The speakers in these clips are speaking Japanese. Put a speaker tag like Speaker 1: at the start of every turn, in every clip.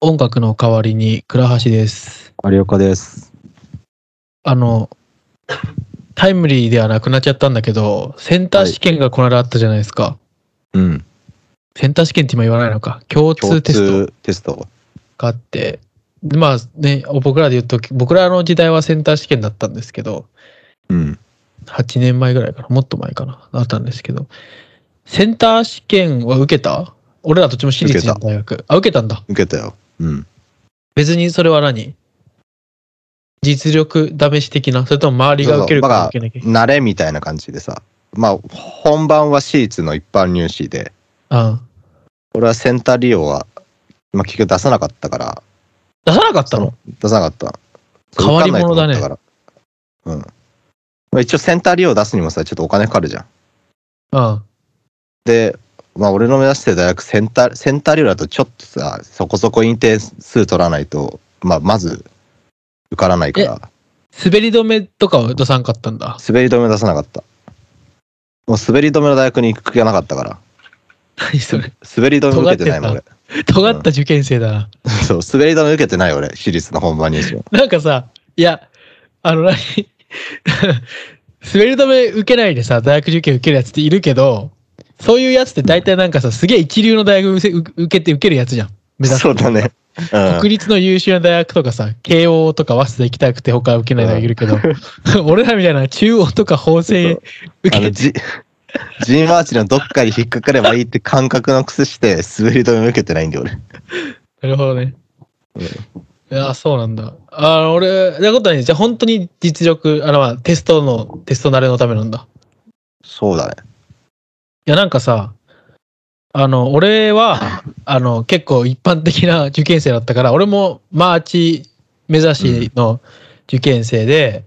Speaker 1: 音楽の代わりに倉橋です。
Speaker 2: 有岡です。
Speaker 1: あの、タイムリーではなくなっちゃったんだけど、センター試験がこの間あったじゃないですか。
Speaker 2: うん。
Speaker 1: センター試験って今言わないのか。共通テスト
Speaker 2: テスト。
Speaker 1: があって、でまあね、僕らで言うと、僕らの時代はセンター試験だったんですけど、
Speaker 2: うん。
Speaker 1: 8年前ぐらいかな、もっと前かな、あったんですけど、センター試験は受けた俺らどっちも私立の大学。あ、受けたんだ。
Speaker 2: 受けたよ。うん。
Speaker 1: 別にそれは何実力試し的なそれとも周りが受けるから
Speaker 2: そう
Speaker 1: 受けなきゃいけ
Speaker 2: 慣れみたいな感じでさ。まあ、本番は私立の一般入試で、
Speaker 1: ない、うん、
Speaker 2: 俺はセンター利用は、まあ、結局出さなかったから、
Speaker 1: 出さなかったの
Speaker 2: 出さなかった。
Speaker 1: 変わり者だね
Speaker 2: 受かんないと思ったから。うん。まあ、一応センター利用出すにもさ、ちょっとお金かかるじゃん。
Speaker 1: うん。
Speaker 2: で、まあ、俺の目指してる大学センター、センター利用だとちょっとさ、そこそこ認定数取らないと、まあ、まず、受からないから。
Speaker 1: 滑り止めとかは出さなかったんだ。
Speaker 2: 滑り止め出さなかった。もう滑り止めの大学に行く気がなかったから。
Speaker 1: 何それ。
Speaker 2: 滑り止め受けてないもん
Speaker 1: 尖
Speaker 2: 俺
Speaker 1: っ。尖った受験生だな。
Speaker 2: そう、滑り止め受けてない俺、私立の本 番入試を。
Speaker 1: なんかさ、いや、あの何 滑り止め受けないでさ、大学受験受けるやつっているけど、そういうやつって大体なんかさ、すげえ一流の大学受け受けて受けるやつじゃん。目指す
Speaker 2: そうだね。うん
Speaker 1: 国立の優秀な大学とかさ、慶応とか早稲田行きたくて他受けない大学いる けど、俺らみたいな中央とか法政受
Speaker 2: あの
Speaker 1: けて、
Speaker 2: ジジンマーチのどっかに引っかかればいいって感覚の癖して、滑り止め受けてないんで俺。
Speaker 1: なるほどね。いや、そうなんだ。あの俺、なことないね。じゃあ本当に実力、あの、まあ、テストの、テスト慣れのためなんだ。
Speaker 2: そうだね。
Speaker 1: いや、なんかさ、あの、俺は、あの、結構一般的な受験生だったから、俺もマーチ目指しの受験生で、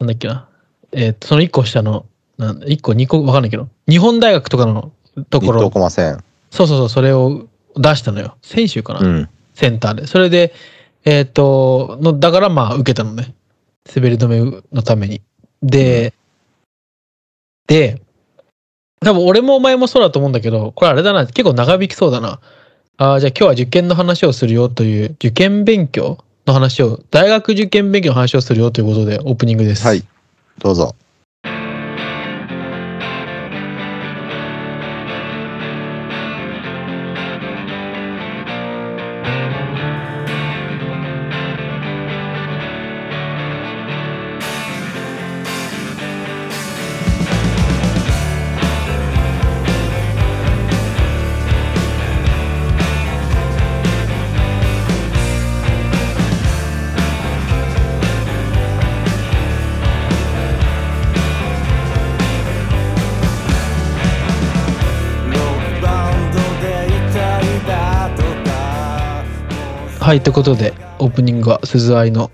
Speaker 1: なんだっけな、えーとその1個下の、なん1個、2個、わかんないけど、日本大学とかのと
Speaker 2: 日
Speaker 1: こ
Speaker 2: 東
Speaker 1: ろ、
Speaker 2: 駒線。
Speaker 1: そうそうそう、それを出したのよ。先週かな、
Speaker 2: うん。
Speaker 1: センターで。それで、えっ、と、の、だからまあ受けたのね。滑り止めのために。で、で、多分俺もお前もそうだと思うんだけど、これあれだな、結構長引きそうだな。あーじゃあ今日は受験の話をするよという、受験勉強の話を、大学受験勉強の話をするよということでオープニングです。
Speaker 2: はい。どうぞ。
Speaker 1: は、
Speaker 3: はいい、
Speaker 1: と
Speaker 3: というう
Speaker 1: いこ
Speaker 3: ことと
Speaker 1: で
Speaker 3: で、
Speaker 1: オープニングは鈴愛の、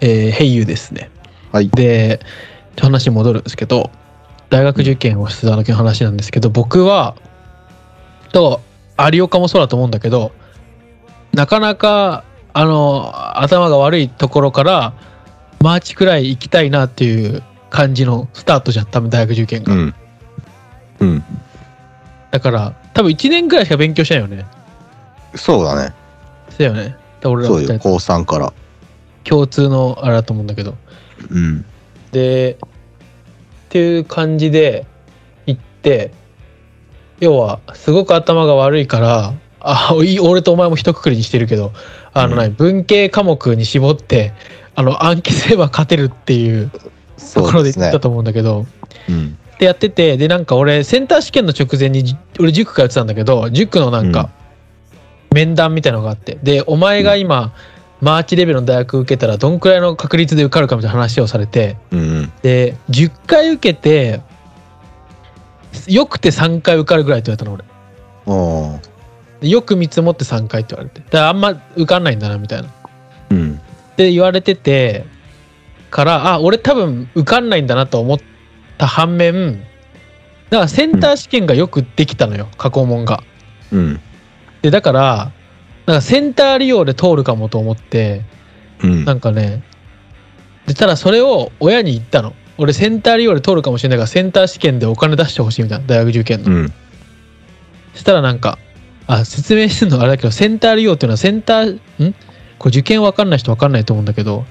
Speaker 1: えー、ヘイユーですね。
Speaker 2: はい。
Speaker 1: で話に戻るんですけど大学受験をしてた時の話なんですけど僕はと有岡もそうだと思うんだけどなかなかあの頭が悪いところからマーチくらい行きたいなっていう感じのスタートじゃん多分大学受験
Speaker 2: う
Speaker 1: が、
Speaker 2: ん。うん。
Speaker 1: だから多分1年ぐらいしか勉強しないよね
Speaker 2: そうだね。
Speaker 1: そうだよねで俺ら
Speaker 2: そう
Speaker 1: みた
Speaker 2: よ。
Speaker 1: い
Speaker 2: 高3から。
Speaker 1: 共通のあれだと思うんだけど
Speaker 2: うん。
Speaker 1: でっていう感じで行って要はすごく頭が悪いからあい俺とお前も一括りにしてるけどあの、
Speaker 2: うん
Speaker 1: 何文系科目に絞ってあの暗記すれば勝てるっていうとこ
Speaker 2: そ
Speaker 1: ろ
Speaker 2: う
Speaker 1: で
Speaker 2: です
Speaker 1: 行っ
Speaker 2: ね
Speaker 1: た。と思うんだけど。
Speaker 2: うん。
Speaker 1: でやっててでなんか俺センター試験の直前にじ俺塾通ってたんだけど塾のなんか面談みたいなのがあってでお前が今、マーチレベルの大学受けたらどんくらいの確率で受かるかみたいな話をされて、
Speaker 2: うんうん。
Speaker 1: で10回受けてよくて3回受かるぐらいって言われたの俺
Speaker 2: おー
Speaker 1: でよく見積もって3回って言われてだからあんま受かんないんだなみたいな
Speaker 2: うん。
Speaker 1: で言われててからあ俺多分受かんないんだなと思った反面だからセンター試験がよくできたのよ過去問が
Speaker 2: うん。
Speaker 1: でだからなんかセンター利用で通るかもと思って
Speaker 2: うん
Speaker 1: なんかね、でただそれを親に言ったの。俺センター利用で通るかもしれないからセンター試験でお金出してほしいみたいな大学受験の。
Speaker 2: うん。
Speaker 1: そしたらなんかあ、説明してるのあれだけど、センター利用っていうのはセンター、んこれ受験わかんない人わかんないと思うんだけど、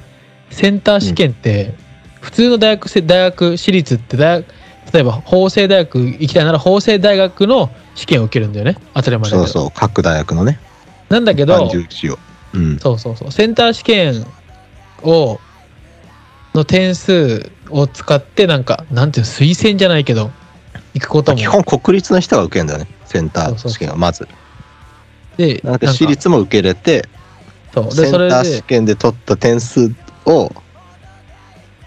Speaker 1: センター試験って、普通の大学せ、大学、私立って大学、例えば法政大学行きたいなら法政大学の試験を受けるんだよね。当たり前だけ
Speaker 2: そ
Speaker 1: ど。
Speaker 2: うそう各大学のね
Speaker 1: なんだけど、
Speaker 2: 重視をうん
Speaker 1: そうそうそう。センター試験を、の点数を使って、なんか、なんていうの推薦じゃないけど、行くことも
Speaker 2: 基。本国立の人が受けるんだよねセンタ
Speaker 1: そう
Speaker 2: ー
Speaker 1: そう
Speaker 2: 試験はまず
Speaker 1: で、
Speaker 2: なんか私立も受けれて
Speaker 1: なんかそう。
Speaker 2: セ
Speaker 1: で、
Speaker 2: ン
Speaker 1: そ
Speaker 2: タ
Speaker 1: れ
Speaker 2: ー試
Speaker 1: で、
Speaker 2: 験で取った点数を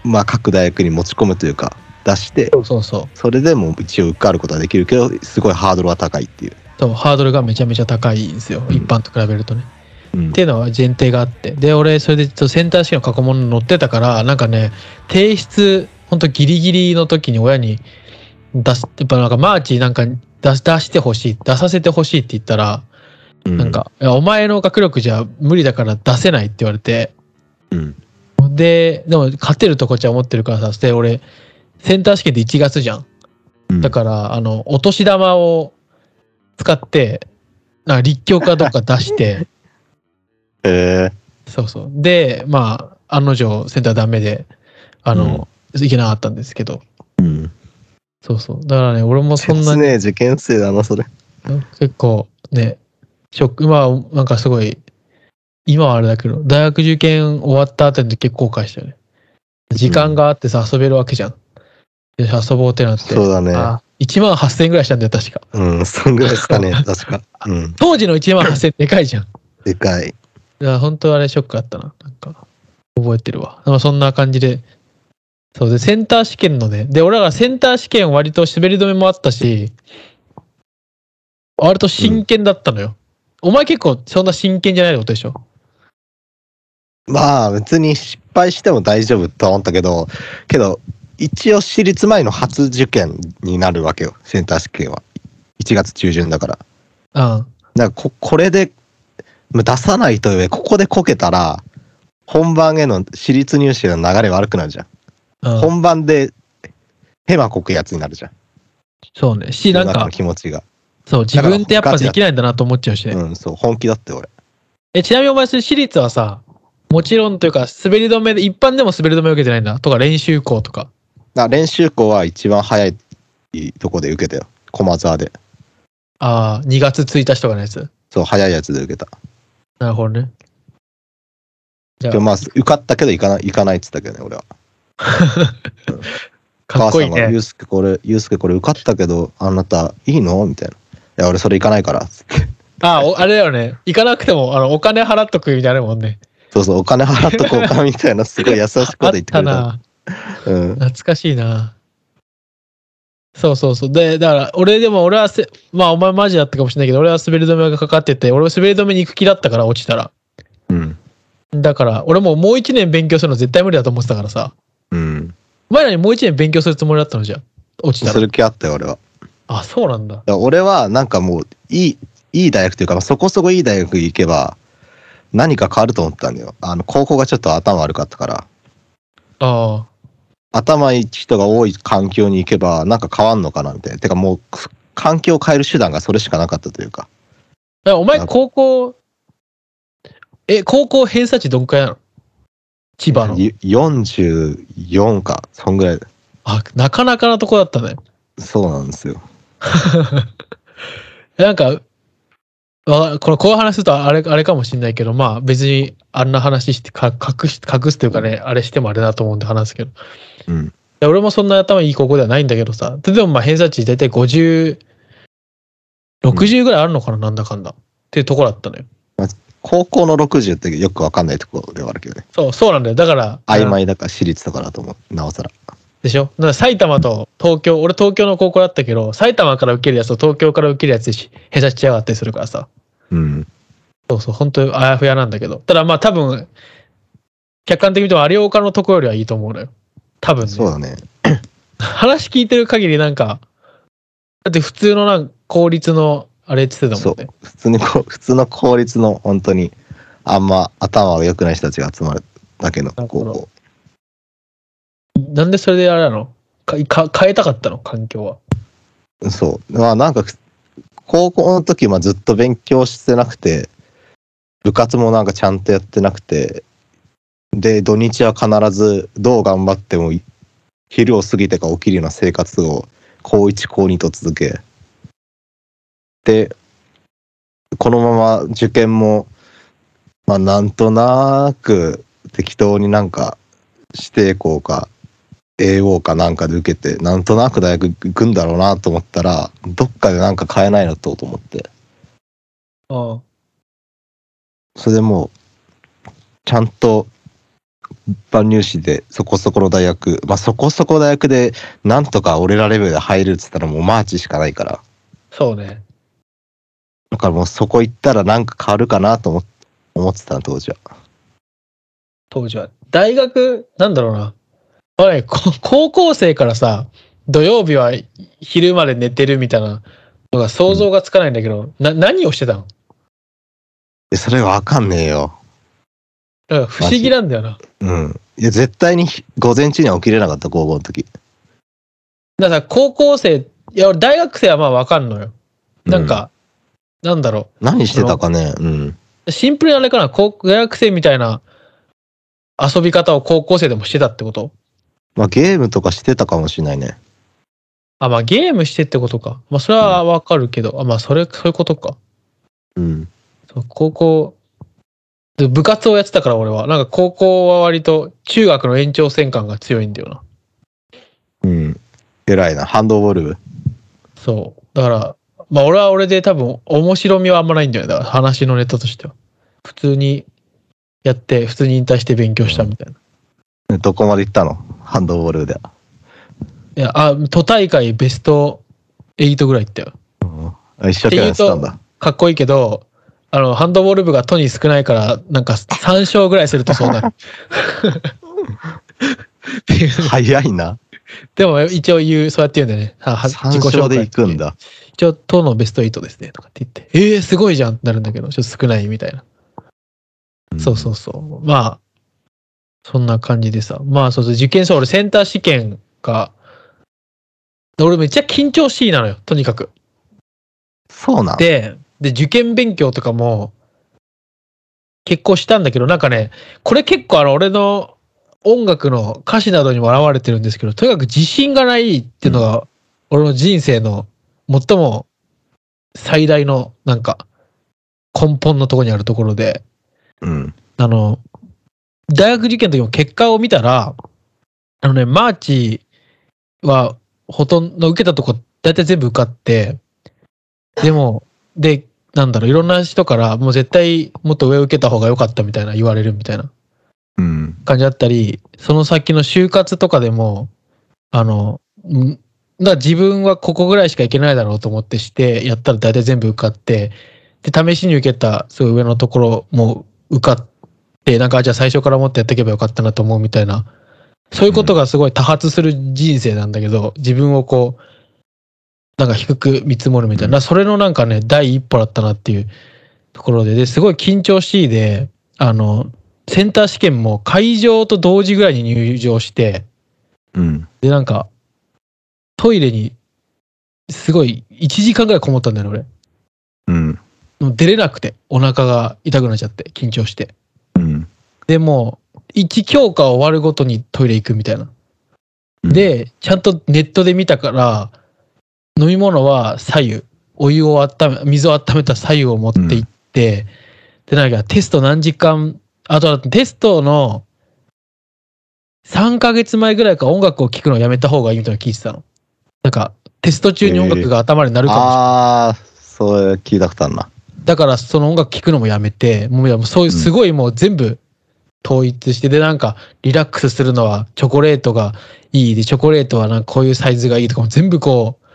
Speaker 2: まあ各大学に持ち込むというか出して
Speaker 1: そうそう。
Speaker 2: それでも一応受かることはできるけどすごいハードルは高いっていう、
Speaker 1: そうハードルがめちゃめちゃ高いんですよ。
Speaker 2: うん
Speaker 1: 一般と比べるとね。
Speaker 2: うん
Speaker 1: っていうのは前提があって。で、俺、それでちょっとセンター試験の過去問に載ってたから、なんかね、提出、ほんとギリギリの時に親に出す、やっぱなんかマーチなんか出し出してほしい、出させてほしいって言ったら、
Speaker 2: うん
Speaker 1: なん、か、いやお前の学力じゃ無理だから出せないって言われて、
Speaker 2: うん、
Speaker 1: で、でも勝てるとこっちは思ってるからさ、で、俺、センター試験って1月じゃん。
Speaker 2: うん
Speaker 1: だから、あの、お年玉を使って、なんか立教かどうか出して、
Speaker 2: え
Speaker 1: そうそう。で、まあ、案の定、センターダメで、あの、いけなかったんですけど、
Speaker 2: ー、うん
Speaker 1: そうそう。だからね、俺もそんな
Speaker 2: 切
Speaker 1: に
Speaker 2: ねえ受験生だなそれ
Speaker 1: 結構ね、ショック、今はなんかすごい、今はあれだけど、大学受験終わった後に結構後悔したよね。時間があってさ、遊べるわけじゃん。で遊ぼうってなって。
Speaker 2: そうだね
Speaker 1: あ1万8000円ぐらいしたんだよ、確か。
Speaker 2: うんそんぐらいで すかね確かうん
Speaker 1: 当時の1万8000円でかいじゃん。
Speaker 2: でかい
Speaker 1: いや、本当あれショックあったな。なんか、覚えてるわ。まあそんな感じで。そうで、センター試験のね。で、俺らがセンター試験割と滑り止めもあったし、割と真剣だったのよ。お前結構そんな真剣じゃないってことでしょ
Speaker 2: まあ別に失敗しても大丈夫とは思ったけどけど一応私立前の初受験になるわけよセンター試験は1月中旬だから
Speaker 1: うん。
Speaker 2: だからここれでまあ出さないとえここでこけたら本番への私立入試の流れ悪くなるじゃん、
Speaker 1: うん、
Speaker 2: 本番でヘマこくやつになるじゃん
Speaker 1: そうね。し、なん
Speaker 2: 世の中
Speaker 1: か
Speaker 2: の、気持ちが
Speaker 1: そう、自分ってやっぱ
Speaker 2: ガチだ
Speaker 1: できないんだなと思っちゃうしね。
Speaker 2: うんそう本気だって俺
Speaker 1: え、ちなみにお前、それ私立はさ、もちろんというか、滑り止めで、一般でも滑り止め受けてないんだ。とか、練習校とか。
Speaker 2: だから練習校は一番早いとこで受けたよ駒沢で
Speaker 1: ああ、2月1日とかのやつ。
Speaker 2: そう早いやつで受けた
Speaker 1: なるほどね。いや
Speaker 2: でもまあ受かったけど行かない行かないっつったけどね俺は
Speaker 1: かっこいい
Speaker 2: 母さんがユ
Speaker 1: ね。
Speaker 2: ースケこれユースケこれ受かったけどあなたいいのみたいな「いや俺それ行かないから」つって
Speaker 1: あ、おあれだよね。行かなくても、あの、お金払っとくみたいなのあるもんね。
Speaker 2: そうそうお金払っとこうかみたいなすごい優しいこ
Speaker 1: あ
Speaker 2: と
Speaker 1: っ
Speaker 2: 言ってく
Speaker 1: た
Speaker 2: れた
Speaker 1: な。
Speaker 2: うん
Speaker 1: 懐かしいな。そうそうそう。で、だから、俺でも、俺はせ、まあ、お前マジだったかもしれないけど、俺は滑り止めがかかってて、俺は滑り止めに行く気だったから、落ちたら。
Speaker 2: うん
Speaker 1: だから、俺もうもう一年勉強するの絶対無理だと思ってたからさ。
Speaker 2: うん
Speaker 1: お前らにもう一年勉強するつもりだったのじゃん。落ちた
Speaker 2: す
Speaker 1: ら。
Speaker 2: る気あったよ俺はだか
Speaker 1: あ、そうなんだ。
Speaker 2: ら俺はなんかもういいいい大学というか、まあ、そこそこいい大学行けば何か変わると思ったんだよあの高校がちょっと頭悪かったから
Speaker 1: ああ。
Speaker 2: 頭いい人が多い環境に行けばなんか変わんのかなみたいなてかもう環境を変える手段がそれしかなかったというか
Speaker 1: だからお前、
Speaker 2: あ
Speaker 1: 高校、え、高校偏差値どんくらいなの千葉の。
Speaker 2: 44かそんぐらい
Speaker 1: あ、なかなかなとこだったね。
Speaker 2: そうなんですよ。
Speaker 1: なんか、わこれこういう話するとあれあれかもしれないけど、まあ別にあんな話してか隠し隠すというかね、あれしてもあれだと思うんで話すけど。
Speaker 2: うん。
Speaker 1: で俺もそんな頭いい高校ではないんだけどさ、ででもまあ偏差値大体50、60ぐらいあるのかな、なんだかんだ。っていうとこだったのよ。
Speaker 2: 高校の60ってよくわかんないところではあるけどね。
Speaker 1: そう、そうなんだよ。だから、
Speaker 2: 曖昧だから私立とかだと思う。なおさら。
Speaker 1: でしょだから埼玉と東京、俺東京の高校だったけど、埼玉から受けるやつと東京から受けるやつでし、へさちやがったりするからさ。
Speaker 2: うん。
Speaker 1: そうそう、本当にあやふやなんだけど。ただまあ多分、客観的に見ても有岡のとこよりはいいと思うのよ。多分
Speaker 2: そう
Speaker 1: ね。
Speaker 2: だね。
Speaker 1: 話聞いてる限りなんか、だって普通のなん公立のあれって言ってたもんね。
Speaker 2: 普通にこう、普通の公立の本当に、あんま頭が良くない人たちが集まるだけの高
Speaker 1: なるほ
Speaker 2: 校。
Speaker 1: なんでそれであれなのかか変えたかったの環境は。
Speaker 2: そう。まあなんか、高校の時はずっと勉強してなくて、部活もなんかちゃんとやってなくて、で、土日は必ずどう頑張ってもい昼を過ぎてから起きるような生活を高1高2と続け、で、このまま受験も、まあなんとなく適当になんか指定校か AO かなんかで受けてなんとなく大学行くんだろうなと思ったらどっかでなんか変えないのとと思って
Speaker 1: ああ。
Speaker 2: それでもうちゃんと一般入試でそこそこの大学まあそこそこ大学でなんとか俺らレベルで入るっつったらもうマーチしかないから
Speaker 1: そうね。
Speaker 2: だからもうそこ行ったらなんか変わるかなと思っ思ってたの当時は
Speaker 1: 当時は。大学、なんだろうな。あれ、こ高校生からさ、土曜日は昼まで寝てるみたいなのが想像がつかないんだけど、な、何をしてたの
Speaker 2: でそれわかんねえよ
Speaker 1: だから不思議なんだよな。
Speaker 2: うんいや絶対にひ午前中には起きれなかった高校の時
Speaker 1: だから高校生、いや、俺大学生はまあわかんのよ。
Speaker 2: う
Speaker 1: なんか、なんだろ
Speaker 2: 何してたかねうん
Speaker 1: う。シンプルにあれかな、高大学生みたいな遊び方を高校生でもしてたってこと
Speaker 2: まあゲームとかしてたかもしれないね
Speaker 1: あ、まあゲームしてってことか。まあそれはわかるけど、あ、まあそれ、そういうことか。
Speaker 2: うん
Speaker 1: そう高校、で部活をやってたから俺は。なんか高校は割と中学の延長戦感が強いんだよな。
Speaker 2: うん偉いなハンドボール部
Speaker 1: そう。だから、まあ俺は俺で多分面白みはあんまないんだよね。だから話のネタとしては。普通にやって、普通に引退して勉強したみたいな。
Speaker 2: どこまで行ったのハンドボール部で
Speaker 1: いや、あ、都大会ベスト8ぐらい行ったよ。
Speaker 2: あ一生懸命やってたんだ
Speaker 1: かっこいいけど、あの、ハンドボール部が都に少ないから、なんか3勝ぐらいするとそう なる。っていう
Speaker 2: 早い な
Speaker 1: でも一応言う、そうやって言うんだよね。あは
Speaker 2: 3勝で行くん。だ
Speaker 1: 一応、都のベスト8ですね、とかって言って。ええー、すごいじゃんってなるんだけど、ちょっと少ないみたいな。そうそうそう。まあ、そんな感じでさ。まあ、そうそう、受験、そう、俺センター試験が、俺めっちゃ緊張しいなのよ、とにかく。
Speaker 2: そうなん
Speaker 1: で、で、受験勉強とかも、結構したんだけど、なんかね、これ結構あの、俺の音楽の歌詞などにも現れてるんですけど、とにかく自信がないっていうのが、俺の人生の最も最大の、なんか、根本のところにあるところで、
Speaker 2: うん
Speaker 1: あの、大学受験の時も結果を見たら、あのね、マーチは、ほとんど受けたとこ、大体全部受かって、でも、で、なんだろう、いろんな人から、もう絶対もっと上受けた方が良かったみたいな言われるみたいな
Speaker 2: うん
Speaker 1: 感じだったり、その先の就活とかでも、あの、んだから自分はここぐらいしかいけないだろうと思ってして、やったら大体全部受かって、で、試しに受けた、すごい上のところも受かって、なんか、あじゃあ最初からもっとやっていけばよかったなと思うみたいな、そういうことがすごい多発する人生なんだけど、自分をこう、なんか低く見積もるみたいな、それのなんかね、第一歩だったなっていうところで、ですごい緊張しいで、あの、センター試験も会場と同時ぐらいに入場して、
Speaker 2: うん
Speaker 1: で、なんか、トイレに、すごい、1時間ぐらいこもったんだよね、
Speaker 2: うん
Speaker 1: 俺。もう出れなくて、お腹が痛くなっちゃって、緊張して。
Speaker 2: うん
Speaker 1: でもう、1教科終わるごとにトイレ行くみたいな。
Speaker 2: うん
Speaker 1: で、ちゃんとネットで見たから、飲み物は左右、お湯を温め、水を温めた左右を持って行って、で、なんかテスト何時間、あとテストの3ヶ月前ぐらいから音楽を聴くのをやめた方がいいみたいなの聞いてたの。なんか、テスト中に音楽が頭になるかもしれない。
Speaker 2: ああそう聞いたことあるな
Speaker 1: だからその音楽聴くのもやめて、もういやもうそういうすごいもう全部統一して、でなんかリラックスするのはチョコレートがいいで、チョコレートはなんかこういうサイズがいいとかも全部こう、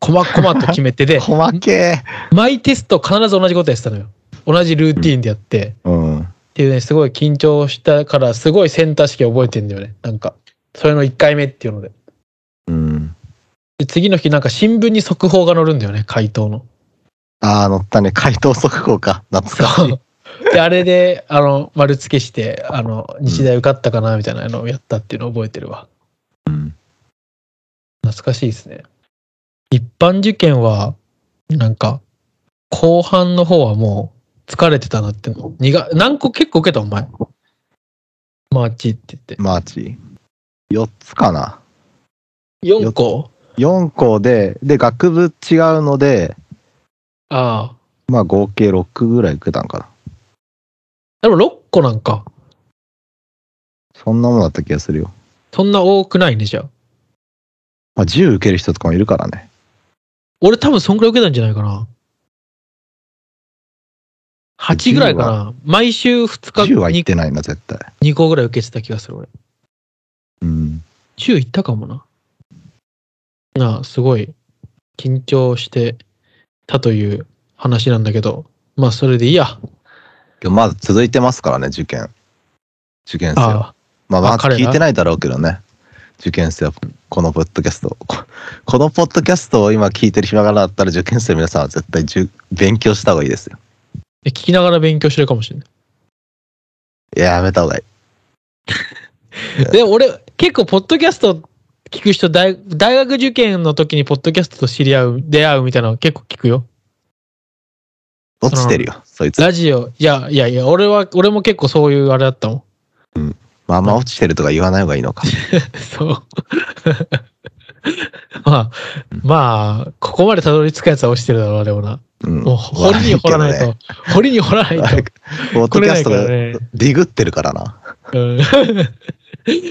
Speaker 1: こまこまと決め てで、
Speaker 2: 細け
Speaker 1: 毎テスト必ず同じことやってたのよ。同じルーティーンでやって、っ
Speaker 2: えうん
Speaker 1: ていうね、すごい緊張したから、すごいセンター試験覚えてんだよね。なんか、それの1回目っていうので。
Speaker 2: うん
Speaker 1: で、次の日なんか新聞に速報が載るんだよね、回答の。
Speaker 2: ああ乗ったね回答速報か懐かしい
Speaker 1: そう。で、あれで、あの、丸付けして、あの、日大受かったかな、みたいなのをやったっていうのを覚えてるわ。
Speaker 2: うん
Speaker 1: 懐かしいですね。一般受験は、なんか、後半の方はもう疲れてたなっての。苦何個結構受けたお前。マーチって言って。
Speaker 2: マーチ。4つかな。
Speaker 1: 4個
Speaker 2: 4校で、で、学部違うので、
Speaker 1: ああ。
Speaker 2: まあ合計6ぐらい受けたんかな。
Speaker 1: でも6個なんか。
Speaker 2: そんなもんだった気がするよ。
Speaker 1: そんな多くないね、じゃあ。
Speaker 2: まあ10受ける人とかもいるからね。
Speaker 1: 俺多分そんくらい受けたんじゃないかな。8ぐらいかな。毎週2日
Speaker 2: 10は行っ
Speaker 1: に
Speaker 2: てないな、絶対。
Speaker 1: 2個ぐらい受けてた気がする、俺。
Speaker 2: うん。
Speaker 1: 週行ったかもな。なあ、すごい緊張してたという話なんだけど、まあそれでいいや。
Speaker 2: でもまだ続いてますからね、受験。受験生は。
Speaker 1: あ
Speaker 2: まあ、ま
Speaker 1: あ
Speaker 2: あ
Speaker 1: 彼ら
Speaker 2: 聞いてないだろうけどね。受験生はこのポッドキャストを ここのポッドキャストを今聞いてる暇がなかったら受験生の皆さんは絶対じゅ勉強した方がいいですよ。
Speaker 1: え聞きながら勉強してるかもしれない。
Speaker 2: いややめた方がい
Speaker 1: で、俺、結構、ポッドキャスト聞く人大、大学受験の時に、ポッドキャストと知り合う、出会うみたいなの結構聞くよ。
Speaker 2: い。落ちてるよ、そいつ。
Speaker 1: ラジオ、いや、いやいや、俺は、俺も結構そういうあれだったもん。
Speaker 2: まあまあ落ちてるとか言わない方がいいのか。
Speaker 1: そう。 まあ、まあ、ここまでたどり着くやつは落ちてるだろうな、でもな。
Speaker 2: うん。
Speaker 1: もう、掘りに掘らないと。
Speaker 2: 悪
Speaker 1: 掘りに掘らない
Speaker 2: けどね。
Speaker 1: と。
Speaker 2: ポッドキャストが
Speaker 1: 来れないからね
Speaker 2: ディグってるからな。
Speaker 1: うん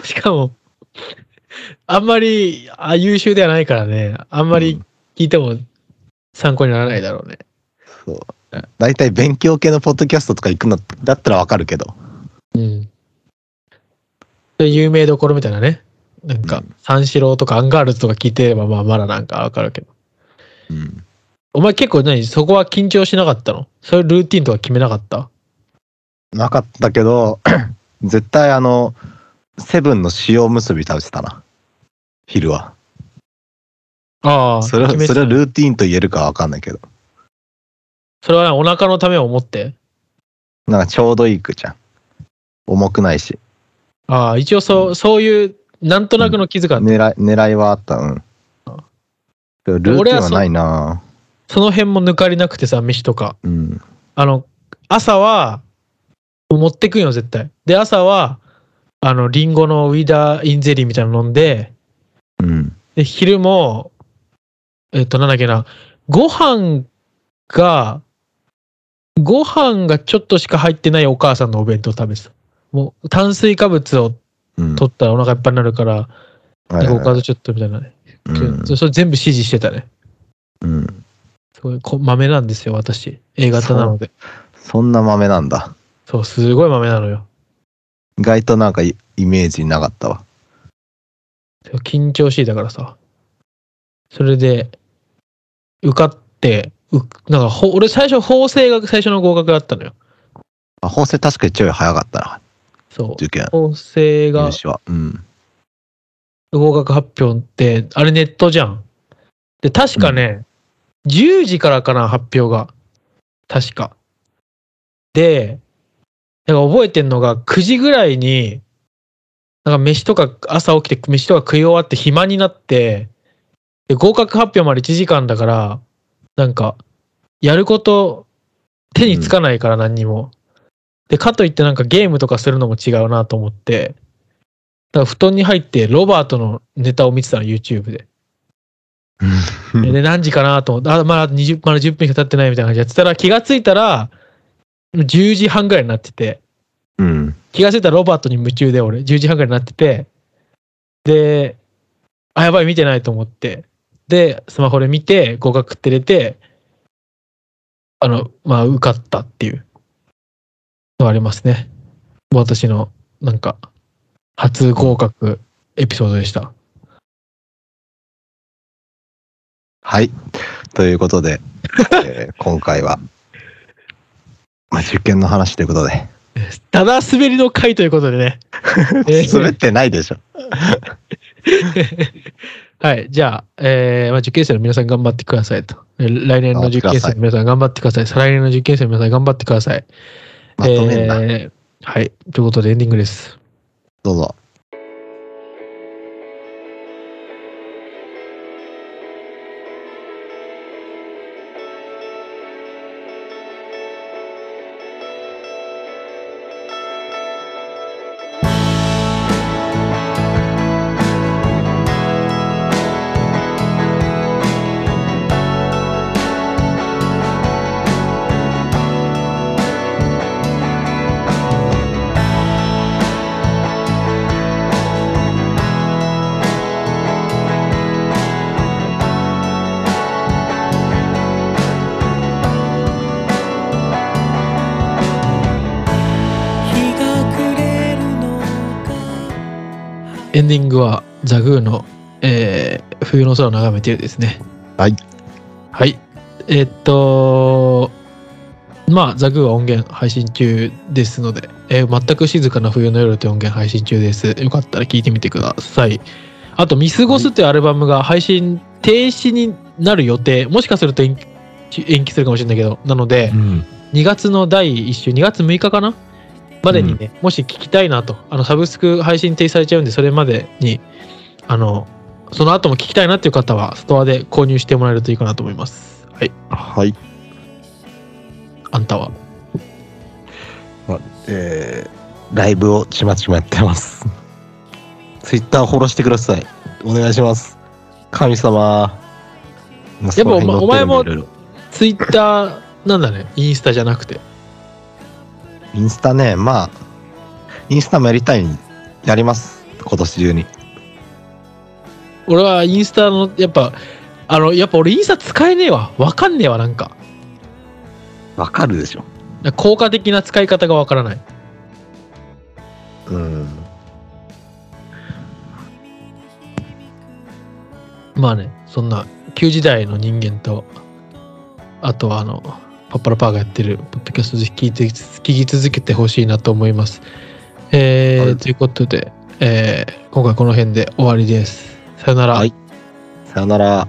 Speaker 1: しかも、あんまりあ優秀ではないからね、あんまり聞いても参考にならないだろうね。
Speaker 2: そう。大体勉強系のポッドキャストとか行くのだったらわかるけど。
Speaker 1: うん。で有名どころみたいなね。なん
Speaker 2: う
Speaker 1: か、三四郎とかアンガールズとか聞いてれば、まあ、まだなんかわかるけど。
Speaker 2: うん。
Speaker 1: お前結構何そこは緊張しなかったのそういうルーティンとか決めなかった
Speaker 2: なかったけど、 絶対あの、セブンの塩結び食べてたな。昼は。
Speaker 1: ああ、
Speaker 2: それは
Speaker 1: 決めて
Speaker 2: そ
Speaker 1: た
Speaker 2: れはルーティンと言えるかわかんないけど
Speaker 1: それはねお腹のためを思って。
Speaker 2: なんかちょうどいいくじゃん重くないし
Speaker 1: ああ、一応そう、そういう、なんとなくの気づか、
Speaker 2: 狙い狙いはあったうんでもルーティンはないな
Speaker 1: その辺も抜かりなくてさ、飯とか。
Speaker 2: うん
Speaker 1: あの、朝は、持ってくんよ、絶対。で、朝は、あの、リンゴのウィダーインゼリーみたいなの飲んで、
Speaker 2: うん
Speaker 1: で、昼も、えっと、なんだっけな、ご飯が、ご飯がちょっとしか入ってないお母さんのお弁当食べてた。もう、炭水化物を
Speaker 2: うん
Speaker 1: 取ったらお腹いっぱいになるから、
Speaker 2: はいはい
Speaker 1: おか
Speaker 2: はい
Speaker 1: ずちょっとみたいなね。
Speaker 2: うん
Speaker 1: そそれ全部指示してたね。
Speaker 2: うん
Speaker 1: すごいこ、豆なんですよ、私。A 型なので。
Speaker 2: そんな豆なんだ
Speaker 1: そう、すごい豆なのよ。
Speaker 2: 意外となんかイイメージなかったわ
Speaker 1: 緊張しいだからさ。それで、受かって、うなんかほ、俺最初、法政が最初の合格だったのよ。
Speaker 2: あ法政確かにちょい早かったな
Speaker 1: そう。
Speaker 2: 受験
Speaker 1: 法政が
Speaker 2: 入試はうん
Speaker 1: 合格発表って、あれネットじゃん。で、確かね、10時からかな、発表が。確か。で、なんか覚えてんのが、9時ぐらいに、なんか飯とか、朝起きて飯とか食い終わって暇になって、で合格発表まで1時間だから、なんか、やること、手につかないから何にも。で、かといってなんかゲームとかするのも違うなと思って、だから布団に入ってロバートのネタを見てたの、YouTube で。
Speaker 2: うん
Speaker 1: で、何時かなと思って、あ、まだ20、まだ10分しか経ってないみたいな感じでやってたら、気がついたら、10時半ぐらいになってて、
Speaker 2: うん
Speaker 1: 気がついたらロバートに夢中で俺、10時半ぐらいになってて、で、あ、やばい、見てないと思って、で、スマホで見て、合格って出て、あの、まあ、受かったっていうのがありますね。私の、なんか、初合格エピソードでした。
Speaker 2: はい。というこ とで、えー今回は、まあ、受験の話ということで。
Speaker 1: ただ滑りの回ということでね。 えー
Speaker 2: 滑ってないでしょ。
Speaker 1: はい。じゃあ、えーまあ、受験生の皆さん頑張ってくださいと。えー来年の受験生の皆さん頑張ってください。再来年の受験生の皆さん頑張ってください。
Speaker 2: まとめんな。
Speaker 1: えーはい。ということでエンディングです。
Speaker 2: どうぞ。
Speaker 1: エンディングはザグーの、えー冬の空を眺めてるですね。
Speaker 2: はい。
Speaker 1: はい。えーっと、まあ、ザグーは音源配信中ですので、えー全く静かな冬の夜という音源配信中です。よかったら聞いてみてください。あと、ミスゴスというアルバムが配信停止になる予定、もしかすると延期延期するかもしれないけど、なので、
Speaker 2: うん。
Speaker 1: 2月の第1週2月6日かなまでにね、もし聞きたいなとあのサブスク配信停止されちゃうんでそれまでにあのその後も聞きたいなっていう方はストアで購入してもらえるといいかなと思いますはい
Speaker 2: はい。
Speaker 1: あんたは
Speaker 2: えー、ライブをちまちまやってます。ツイッターフォローしてください。お願いします。神様。
Speaker 1: やっぱお前
Speaker 2: その
Speaker 1: お前
Speaker 2: 辺に載ってるんで
Speaker 1: も
Speaker 2: いろいろ
Speaker 1: ツイッターなんだねインスタじゃなくて
Speaker 2: インスタね、まあ、インスタもやりたい、やります。今年中に。
Speaker 1: 俺はインスタのやっぱあのやっぱ俺インスタ使えねえわわかんねえわなんか
Speaker 2: わかるでしょ。
Speaker 1: 効果的な使い方がわからない
Speaker 2: うん。
Speaker 1: まあねそんな旧時代の人間とあとはあのパッパラパーがやってるポッドキャストぜひ聞いて聞き続けてほしいなと思います。えー
Speaker 2: はい
Speaker 1: ということで、えー今回この辺で終わりです。さよなら。
Speaker 2: はいさよなら。